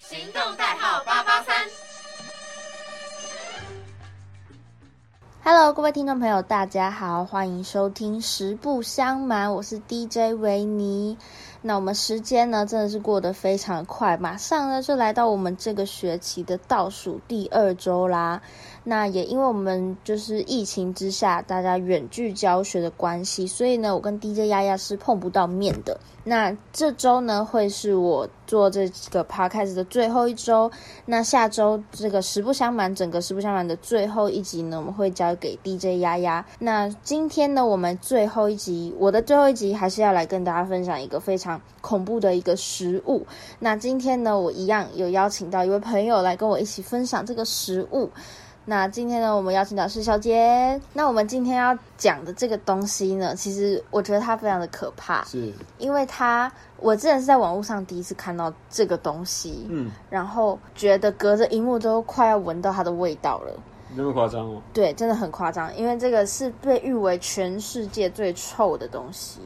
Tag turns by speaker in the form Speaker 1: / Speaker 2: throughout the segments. Speaker 1: 行动代号八八三。
Speaker 2: Hello，各位听众朋友，大家好，欢迎收听《实不相瞒》，我是 DJ 维尼。那我们时间呢，真的是过得非常快，马上呢就来到我们这个学期的倒数第二周啦。那也因为我们就是疫情之下，大家远距教学的关系，所以呢，我跟 DJ 丫丫是碰不到面的。那这周呢，会是我做这个 podcast 的最后一周。那下周这个实不相瞒，整个实不相瞒的最后一集呢，我们会交给 DJ 丫丫。那今天呢，我们最后一集，我的最后一集还是要来跟大家分享一个非常恐怖的一个食物。那今天呢，我一样有邀请到一位朋友来跟我一起分享这个食物。那今天呢，我们邀请到是小姐。那我们今天要讲的这个东西呢，其实我觉得它非常的可怕，
Speaker 3: 是，
Speaker 2: 因为它我之前是在网络上第一次看到这个东西，
Speaker 3: 嗯，
Speaker 2: 然后觉得隔着荧幕都快要闻到它的味道了。
Speaker 3: 那么夸张哦。
Speaker 2: 对，真的很夸张，因为这个是被誉为全世界最臭的东西。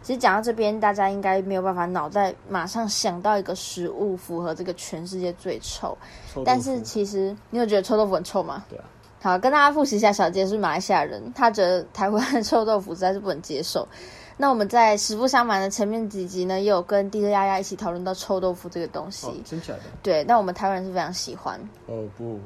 Speaker 2: 其实讲到这边，大家应该没有办法脑袋马上想到一个食物符合这个全世界最臭，
Speaker 3: 臭豆腐
Speaker 2: 但是其实你有觉得臭豆腐很臭吗？
Speaker 3: 对啊，
Speaker 2: 好，跟大家复习一下，小杰是马来西亚人，他觉得台湾的臭豆腐实在是不能接受。那我们在实不相瞒的前面几集呢，也有跟 DJ 丫丫一起讨论到臭豆腐这个东西。
Speaker 3: 哦，真假的？
Speaker 2: 对，那我们台湾人是非常喜欢。
Speaker 3: 哦 不，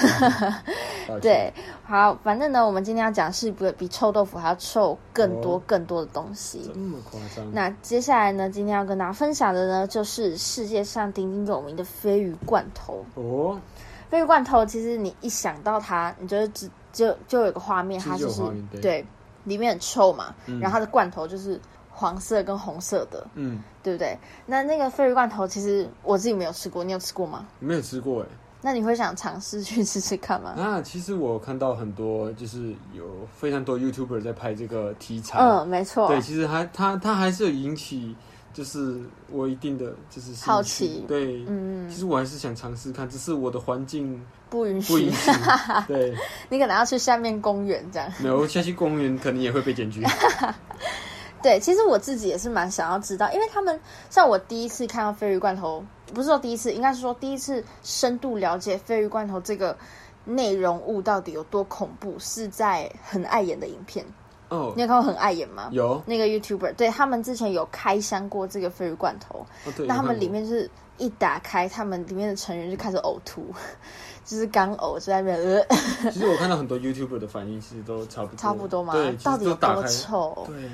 Speaker 3: 道歉
Speaker 2: 对，好，反正呢，我们今天要讲是比比臭豆腐还要臭更多
Speaker 3: 哦
Speaker 2: 更多的东西。
Speaker 3: 这么夸张？
Speaker 2: 那接下来呢，今天要跟大家分享的呢，就是世界上鼎鼎有名的鲱鱼罐头。
Speaker 3: 哦，
Speaker 2: 鲱鱼罐头，其实你一想到它，你就会只就就有一个画面，
Speaker 3: 其
Speaker 2: 它
Speaker 3: 实
Speaker 2: 就
Speaker 3: 有
Speaker 2: 是
Speaker 3: 画面对
Speaker 2: 里面很臭嘛，
Speaker 3: 嗯
Speaker 2: 然后它的罐头就是黄色跟红色的，
Speaker 3: 嗯，
Speaker 2: 对不对？那那个鲱鱼罐头，其实我自己没有吃过，你有吃过吗？
Speaker 3: 没有吃过哎。
Speaker 2: 那你会想尝试去吃吃看吗？
Speaker 3: 那其实我看到很多，就是有非常多 YouTuber 在拍这个题材。
Speaker 2: 嗯，没错，
Speaker 3: 对，其实还它它还是有引起，就是我一定的就是兴趣
Speaker 2: 好奇
Speaker 3: 对，
Speaker 2: 嗯，
Speaker 3: 其实我还是想尝试看，只是我的 环境
Speaker 2: 不允
Speaker 3: 不
Speaker 2: 许
Speaker 3: 允，许。对，
Speaker 2: 你可能要去下面公园这样。
Speaker 3: 没有我下去公园可能也会 被检举。
Speaker 2: 对，其实我自己也是蛮想要知道，因为他们像我第一次看到鲱鱼罐头，不是说第一次，应该是说第一次深度了解鲱鱼罐头这个内容物到底有多恐怖，是在很碍眼的影片。
Speaker 3: 哦
Speaker 2: 你，有看过很碍眼吗？
Speaker 3: 有哦，
Speaker 2: 那个 YouTuber 对他们之前有开箱过这个鲱鱼罐头，
Speaker 3: 哦对，
Speaker 2: 那他
Speaker 3: 有看
Speaker 2: 们里
Speaker 3: 过
Speaker 2: 面就是一打开，他们里面的成员就开始呕吐， 就是干呕，就在那边呃
Speaker 3: 其实我看到很多 YouTuber 的反应，其实都差不多，
Speaker 2: 差不多嘛
Speaker 3: 对，其，实
Speaker 2: 到底有
Speaker 3: 都打
Speaker 2: 多
Speaker 3: 开。
Speaker 2: 臭？
Speaker 3: 对啊，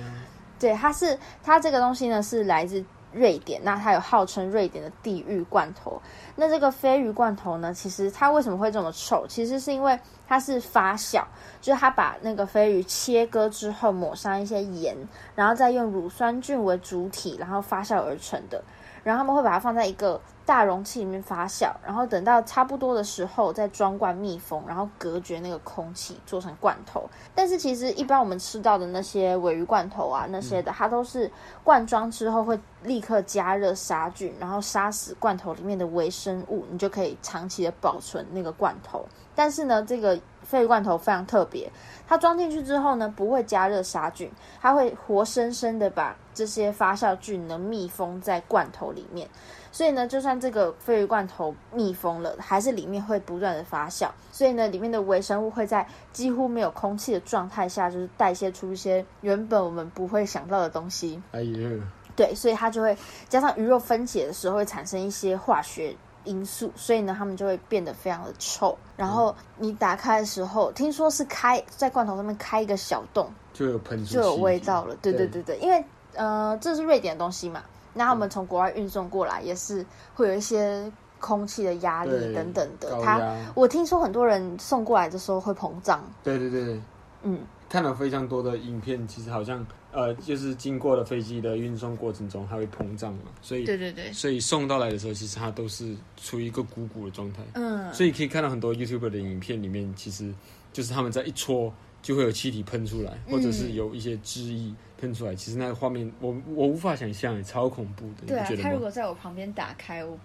Speaker 2: 对，它是它这个东西呢是来自瑞典，那它有号称瑞典的地狱罐头。那这个鲱鱼罐头呢，其实它为什么会这么臭？其实是因为它是发酵，就是它把那个鲱鱼切割之后抹上一些盐，然后再用乳酸菌为主体，然后发酵而成的。然后他们会把它放在一个大容器里面发酵，然后等到差不多的时候再装罐密封，然后隔绝那个空气，做成罐头。但是其实一般我们吃到的那些鲔鱼罐头啊，那些的，它都是罐装之后会立刻加热杀菌，然后杀死罐头里面的微生物，你就可以长期的保存那个罐头。但是呢，这个鲱鱼罐头非常特别，它装进去之后呢，不会加热杀菌，它会活生生的把这些发酵菌呢密封在罐头里面。所以呢，就算这个鲱鱼罐头密封了，还是里面会不断的发酵。所以呢，里面的微生物会在几乎没有空气的状态下，就是代谢出一些原本我们不会想到的东西。
Speaker 3: 哎呦，
Speaker 2: 对，所以它就会加上鱼肉分解的时候会产生一些化学因素，所以呢，它们就会变得非常的臭。
Speaker 3: 嗯
Speaker 2: 然后你打开的时候，听说是开在罐头上面开一个小洞，
Speaker 3: 就有喷出
Speaker 2: 就有
Speaker 3: 气
Speaker 2: 味
Speaker 3: 体
Speaker 2: 道了。对对对
Speaker 3: 对
Speaker 2: 对，因为呃，这是瑞典的东西嘛，那他们从国外运送过来也是会有一些空气的压力
Speaker 3: 对
Speaker 2: 等等的。
Speaker 3: 高
Speaker 2: 它
Speaker 3: 压
Speaker 2: 我听说很多人送过来的时候会膨胀，
Speaker 3: 对对对，
Speaker 2: 嗯，
Speaker 3: 看了非常多的影片，其实好像呃，就是经过了飞机的运送过程中，它会膨胀嘛，所以
Speaker 2: 对对，
Speaker 3: 所以送到来的时候，其实它都是处于一个鼓鼓的状态，
Speaker 2: 嗯，
Speaker 3: 所以可以看到很多 YouTuber 的影片里面，其实就是他们在一戳。就会有气体喷出来，
Speaker 2: 嗯
Speaker 3: 或者是有一些汁液喷出来。其实那个画面，我我无法想象，超恐怖的，
Speaker 2: 对
Speaker 3: 你
Speaker 2: 啊
Speaker 3: 不觉，
Speaker 2: 他
Speaker 3: 得
Speaker 2: 如
Speaker 3: 吗？
Speaker 2: 果在我旁边打开，我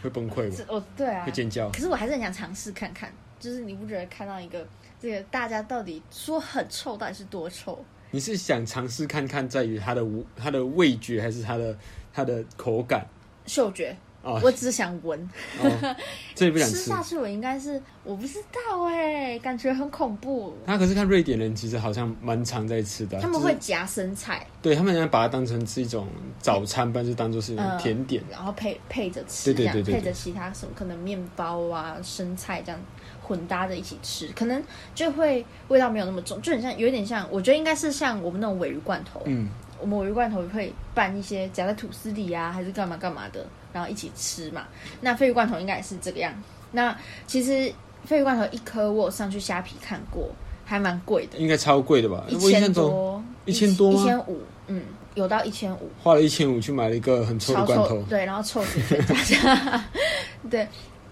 Speaker 3: 会崩溃
Speaker 2: 这
Speaker 3: 吧？
Speaker 2: 我对啊
Speaker 3: 会，尖叫？
Speaker 2: 可是我还是很想尝试看看，就是你不觉得看到一个这个大家到底说很臭，到底是多臭？
Speaker 3: 你是想尝试看看，在于它的无它的味觉，还是它的它的口感？
Speaker 2: 嗅觉
Speaker 3: 啊
Speaker 2: 我只想闻，
Speaker 3: 哦，这也 不敢
Speaker 4: 吃
Speaker 3: 吃。
Speaker 4: 下去我应该是我不知道哎、感觉很恐怖。
Speaker 3: 他可是看瑞典人其实好像蛮常在吃的啊，
Speaker 2: 他们
Speaker 3: 啊就是
Speaker 2: 会夹生菜，
Speaker 3: 对他们人把它当成是一种早餐，不然就当做是一种
Speaker 2: 嗯
Speaker 3: 甜点。
Speaker 2: 然后配配着吃，
Speaker 3: 对对对对
Speaker 2: 这
Speaker 3: 对
Speaker 2: 样配着其他什么可能面包啊、生菜这样混搭着一起吃，可能就会味道没有那么重，就很像有点像，我觉得应该是像我们那种尾鱼罐头，
Speaker 3: 嗯，
Speaker 2: 我们尾鱼罐头会拌一些夹在吐司里啊，还是干嘛干嘛的，然后一起吃嘛。那鲱鱼罐头应该也是这个样。那其实鲱鱼罐头一颗我有上去虾皮看过，还蛮贵的，
Speaker 3: 应该超贵的吧？
Speaker 2: 一
Speaker 3: 哎我印
Speaker 2: 千
Speaker 3: 象中
Speaker 2: 多，
Speaker 3: 一千多吗
Speaker 2: 一千五，嗯，有到一千五。
Speaker 3: 花了一千五去买了一个很臭的
Speaker 2: 超
Speaker 3: 罐
Speaker 2: 臭
Speaker 3: 头，，
Speaker 2: 对，然后臭死全家家， 对，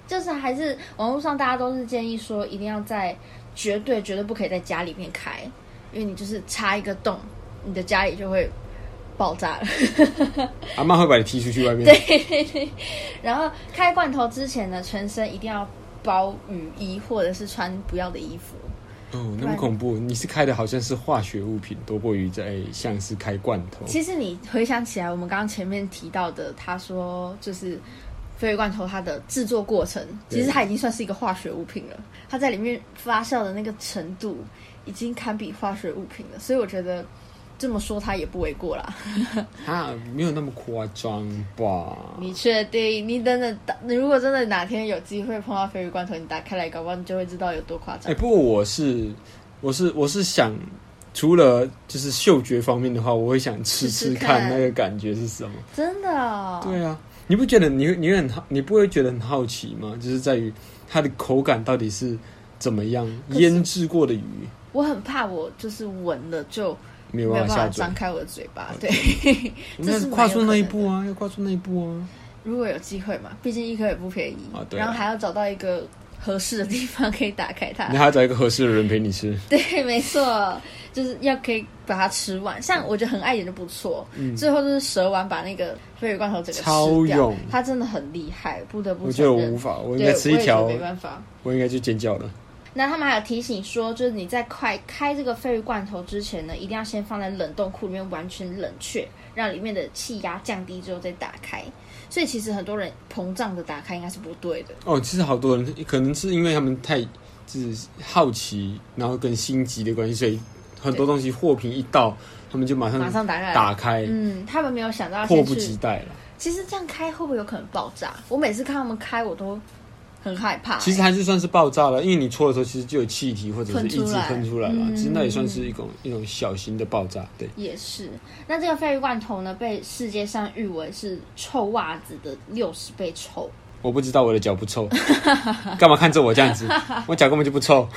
Speaker 2: 就是还是网络上大家都是建议说，一定要在绝对绝对不可以在家里面开，因为你就是插一个洞，你的家里就会爆炸了。
Speaker 3: 阿妈会把你踢出去外面。
Speaker 2: 然后开罐头之前呢，全身一定要包雨衣或者是穿不要的衣服，
Speaker 3: 哦，那么恐怖！你是开的好像是化学物品，多过于在哎像是开罐头。
Speaker 2: 其实你回想起来，我们刚刚前面提到的，他说就是鲱鱼罐头它的制作过程，
Speaker 3: 对
Speaker 2: 其实它已经算是一个化学物品了。它在里面发酵的那个程度，已经堪比化学物品了。所以我觉得这么说它也不为过啦。
Speaker 3: 啊，没有那么夸张吧？
Speaker 2: 你确定？你等等，你如果真的哪天有机会碰到鲱鱼罐头，你打开来，搞不好你就会知道有多夸
Speaker 3: 哎、
Speaker 2: 张。
Speaker 3: 不过我是我是我是想，除了就是嗅觉方面的话，我会想吃
Speaker 2: 吃吃
Speaker 3: 吃看
Speaker 2: 看
Speaker 3: 那个感觉是什么。
Speaker 2: 真的、哦？
Speaker 3: 对啊，你不觉得你你会很好，你不会觉得很好奇吗？就是在于它的口感到底是怎么样，
Speaker 2: 是
Speaker 3: 腌制过的鱼
Speaker 2: 我很怕我就是闻了就
Speaker 3: 没
Speaker 2: 没
Speaker 3: 有
Speaker 2: 有
Speaker 3: 办
Speaker 2: 办
Speaker 3: 法
Speaker 2: 法
Speaker 3: 下嘴嗯
Speaker 2: 张，开我的嘴巴。对。
Speaker 3: 我们
Speaker 2: 这是
Speaker 3: 要跨
Speaker 2: 蛮有
Speaker 3: 出那
Speaker 2: 可
Speaker 3: 一
Speaker 2: 能
Speaker 3: 步啊，要跨出那一步啊。
Speaker 2: 如果有机会嘛，毕竟一颗也不便宜，
Speaker 3: 啊对啊
Speaker 2: 然后还要找到一个合适的地方可以打开它
Speaker 3: 你。还要找一个合适的人陪你吃。
Speaker 2: 对，没错，就是要可以把它吃完。像我觉得很爱一点就不错，
Speaker 3: 嗯
Speaker 2: 最后就是蛇丸把那个鲱鱼罐头整个
Speaker 3: 超
Speaker 2: 吃掉
Speaker 3: 勇，
Speaker 2: 它真的很厉害，不得不
Speaker 3: 我觉
Speaker 2: 承
Speaker 3: 得我
Speaker 2: 认。
Speaker 3: 无法，我应
Speaker 2: 对
Speaker 3: 该吃一条
Speaker 2: 我也觉得没，办法。
Speaker 3: 我应该就尖叫了。
Speaker 2: 那他们还有提醒说，就是你在快开这个鲱鱼罐头之前呢，一定要先放在冷冻库里面完全冷却，让里面的气压降低之后再打开。所以其实很多人膨胀的打开应该是不对的。
Speaker 3: 哦，其实好多人可能是因为他们太就是好奇，然后跟心急的关系，所以很多东西货品一到，他们就马上
Speaker 2: 马上打开来
Speaker 3: 嗯打开，
Speaker 2: 嗯，他们没有想到
Speaker 3: 迫
Speaker 2: 先
Speaker 3: 不及
Speaker 2: 去。
Speaker 3: 待了。
Speaker 2: 其实这样开会不会有可能爆炸？我每次看他们开，我都很害怕、
Speaker 3: 其实还是算是爆炸了，因为你搓的时候，其实就有气体或者是
Speaker 2: 喷
Speaker 3: 一
Speaker 2: 出
Speaker 3: 直
Speaker 2: 来
Speaker 3: 喷出来嘛。
Speaker 2: 嗯
Speaker 3: 其实那也算是一种一种小型的爆炸，对。
Speaker 2: 也是。那这个鲱鱼罐头呢，被世界上誉为是臭袜子的六十倍臭，
Speaker 3: 我不知道我的脚不臭， 干嘛看着我这样子？我脚根本就不臭。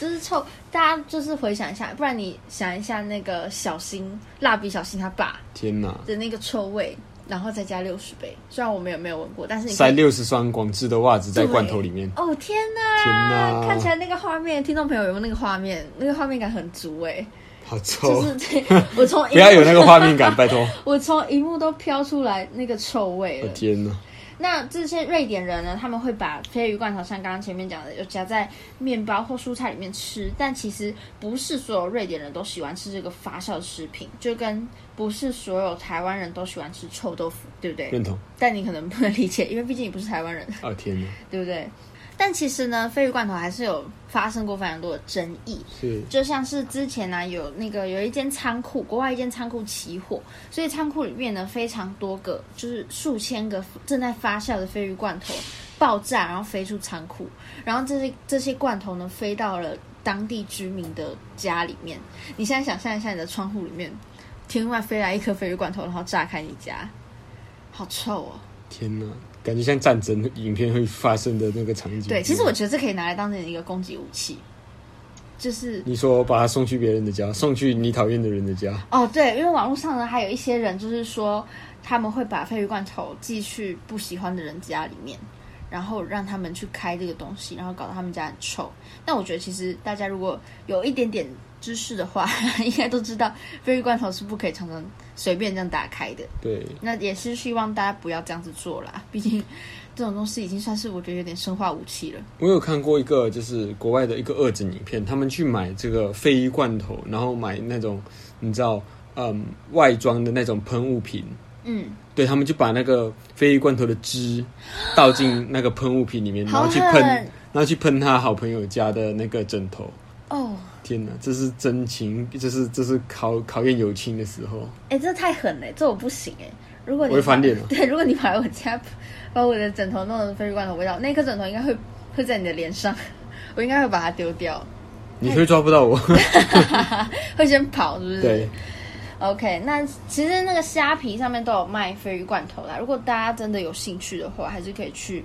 Speaker 2: 就是臭。大家就是回想一下，不然你想一下那个小新蜡笔小新他爸
Speaker 3: 天哪，
Speaker 2: 的那个臭味，然后再加六十倍。虽然我们也没有闻过，但是你可
Speaker 3: 塞
Speaker 2: 以
Speaker 3: 六十双广制的袜子在罐头里面，
Speaker 2: 哦天哪！
Speaker 3: 天哪
Speaker 2: 看起来那个画面，听众朋友有没有那个画面？那个画面感很足哎、
Speaker 3: 好臭！
Speaker 2: 就是 对我从
Speaker 3: 哦不要有那个画面感，拜托。
Speaker 2: 我从荧幕都飘出来那个臭味
Speaker 3: 我
Speaker 2: 了。
Speaker 3: 天哪！
Speaker 2: 那这些瑞典人呢，他们会把鲱鱼罐头像刚刚前面讲的，有夹在面包或蔬菜里面吃，但其实不是所有瑞典人都喜欢吃这个发酵食品，就跟不是所有台湾人都喜欢吃臭豆腐，对不对？
Speaker 3: 认同。
Speaker 2: 但你可能不能理解，因为毕竟你不是台湾人。
Speaker 3: 哦天哪！
Speaker 2: 对不对？但其实呢，鲱鱼罐头还是有发生过非常多的争议，
Speaker 3: 是
Speaker 2: 就像是之前呢、有那个有一间仓库，国外一间仓库起火，所以仓库里面呢非常多个，就是数千个正在发酵的鲱鱼罐头爆炸，然后飞出仓库，然后这些这些罐头呢飞到了当地居民的家里面。你现在想象一下，你的窗户里面天外飞来一颗鲱鱼罐头，然后炸开你家，好臭哦！
Speaker 3: 天哪！感觉像战争影片会发生的那个场景。
Speaker 2: 对，其实我觉得这可以拿来当成一个攻击武器，就是
Speaker 3: 你说把它送去别人的家，送去你讨厌的人的家，
Speaker 2: 哦，对，因为网络上呢还有一些人就是说他们会把鲱鱼罐头寄去不喜欢的人家里面，然后让他们去开这个东西，然后搞得他们家很臭。但我觉得其实大家如果有一点点知识的话， 应该都知道鲱鱼罐头是不可以常常随便这样打开的。
Speaker 3: 对，
Speaker 2: 那也是希望大家不要这样子做啦，毕竟这种东西已经算是我觉得有点生化武器了。
Speaker 3: 我有看过一个，就是国外的一个二整影片，他们去买这个鲱鱼罐头，然后买那种你知道，嗯，外装的那种喷雾瓶，
Speaker 2: 嗯，
Speaker 3: 对他们就把那个鲱鱼罐头的汁倒进那个喷雾瓶里面，然后去
Speaker 2: 好
Speaker 3: 喷，
Speaker 2: 狠
Speaker 3: 然后去喷他好朋友家的那个枕头。
Speaker 2: 哦，
Speaker 3: 天哪，这是真情，这是这是考考验友情的时候。
Speaker 2: 哎、这太狠了，这我不行哎。如果你
Speaker 3: 我会翻脸啊
Speaker 2: 对，如果你把我家把我的枕头弄成鲱鱼罐头味道，那颗枕头应该会会在你的脸上， 我应该会把它丢掉，
Speaker 3: 你会抓不到我，
Speaker 2: 会先跑，是不是？
Speaker 3: 对，
Speaker 2: OK，那其实那个虾皮上面都有卖鲱鱼罐头啦。如果大家真的有兴趣的话，还是可以去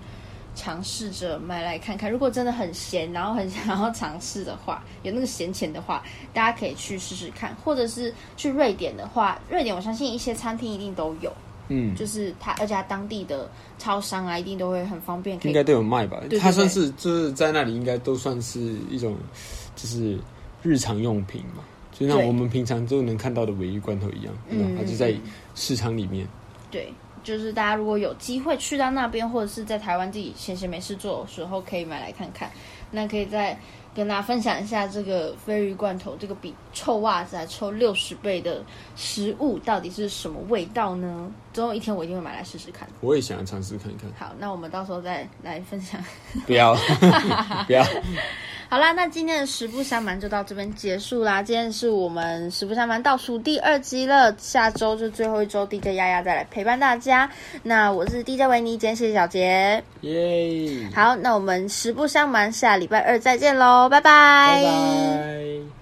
Speaker 2: 尝试着买来看看。如果真的很咸，然后很 想要尝试的话，有那个闲钱的话，大家可以去试试看。或者是去瑞典的话，瑞典我相信一些餐厅一定都有，
Speaker 3: 嗯，
Speaker 2: 就是它，而且它当地的超商啊，一定都会很方便，可
Speaker 3: 应该
Speaker 2: 以
Speaker 3: 都有卖吧？
Speaker 2: 对
Speaker 3: 它算是就是在那里应该都算是一种就是日常用品嘛，就像
Speaker 2: 对
Speaker 3: 我们平常都能看到的鲔鱼罐头一样，
Speaker 2: 嗯
Speaker 3: 嗯，它就在
Speaker 2: 嗯
Speaker 3: 市场里面。
Speaker 2: 对。就是大家如果有机会去到那边，或者是在台湾自己闲闲没事做的时候，可以买来看看。那可以再跟大家分享一下这个鲱鱼罐头，这个比臭袜子还啊臭六十倍的食物到底是什么味道呢？总有一天我一定会买来试试看。
Speaker 3: 我也想要尝试看看，
Speaker 2: 好，那我们到时候再来分享。
Speaker 3: 不要 不要，
Speaker 2: 好啦，那今天的十步山蛮就到这边结束啦。今天是我们十步山蛮倒数第二集了，下周就最后一周，DJ 丫丫再来陪伴大家。那我是 DJ 维尼，今天谢谢小杰。
Speaker 3: 耶，
Speaker 2: 好，那我们十步山蛮下礼拜二再见喽，拜拜
Speaker 3: 拜拜。